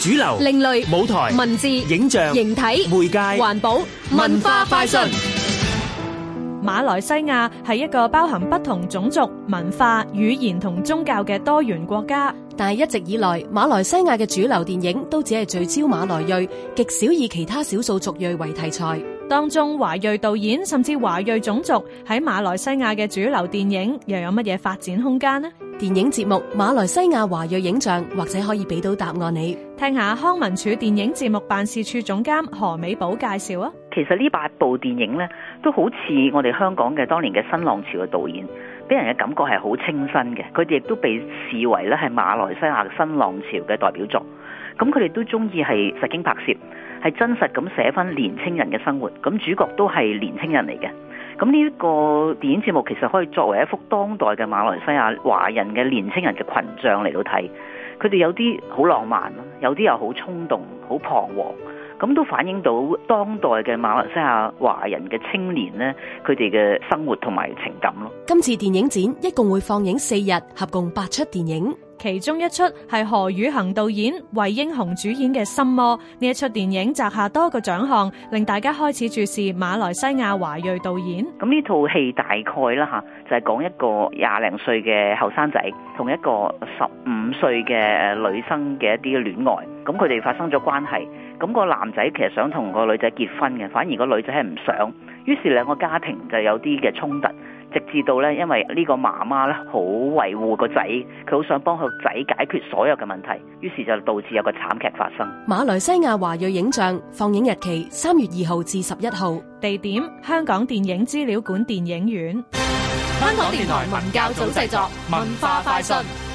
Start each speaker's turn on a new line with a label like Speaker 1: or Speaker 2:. Speaker 1: 主流、
Speaker 2: 另類
Speaker 1: 舞台、
Speaker 2: 文字、
Speaker 1: 影像、
Speaker 2: 形體、
Speaker 1: 媒介、
Speaker 2: 環保、文化快訊。
Speaker 3: 馬來西亞係一個包含不同種族、文化、語言同宗教嘅多元國家。
Speaker 4: 但係一直以來，馬來西亞嘅主流電影都只係聚焦馬來裔，極少以其他少數族裔為題材。
Speaker 3: 當中華裔導演甚至華裔種族喺馬來西亞嘅主流電影又有乜嘢發展空間呢？
Speaker 4: 電影節目《馬來西亞華裔影像》或者可以俾到答案你。
Speaker 3: 聽下康文署電影節目辦事處總監何美寶介紹啊！
Speaker 5: 其實呢八部電影呢，都好似我哋香港嘅當年嘅新浪潮嘅導演，俾人嘅感覺係好清新嘅。佢哋亦都被視為咧係馬來西亞新浪潮嘅代表作。咁佢哋都中意係實景拍攝，係真實咁寫翻年青人嘅生活。咁主角都係年青人嚟嘅。咁呢個電影節目其實可以作為一幅當代嘅馬來西亞華人嘅年青人嘅群像嚟到睇。佢哋有啲好浪漫，有啲又好衝動、好彷徨。咁都反映到當代嘅馬來西亞華人嘅青年呢，佢哋嘅生活同埋情感咯。
Speaker 4: 今次電影展一共會放映四日，合共八出電影。
Speaker 3: 其中一出係何宇恒導演、惠英紅主演嘅《心魔》，呢一出電影摘下多個獎項，令大家開始注視馬來西亞華裔導演。
Speaker 5: 咁呢套戲大概啦嚇，就係講一個廿零歲嘅後生仔同一個十五歲嘅誒女生嘅一啲戀愛，咁佢哋發生咗關係。咁個男仔其實想同個女仔結婚嘅，反而個女仔係唔想，於是兩個家庭就有啲嘅衝突，直至到呢，因為呢個媽媽呢好維護個仔，佢好想幫佢個仔解決所有嘅問題，於是就導致有個慘劇發生。
Speaker 4: 馬來西亞華裔影像放映日期三月二號至十一號。
Speaker 3: 地點：香港電影資料館電影院。
Speaker 2: 香港電台文教組製作，文化快訊。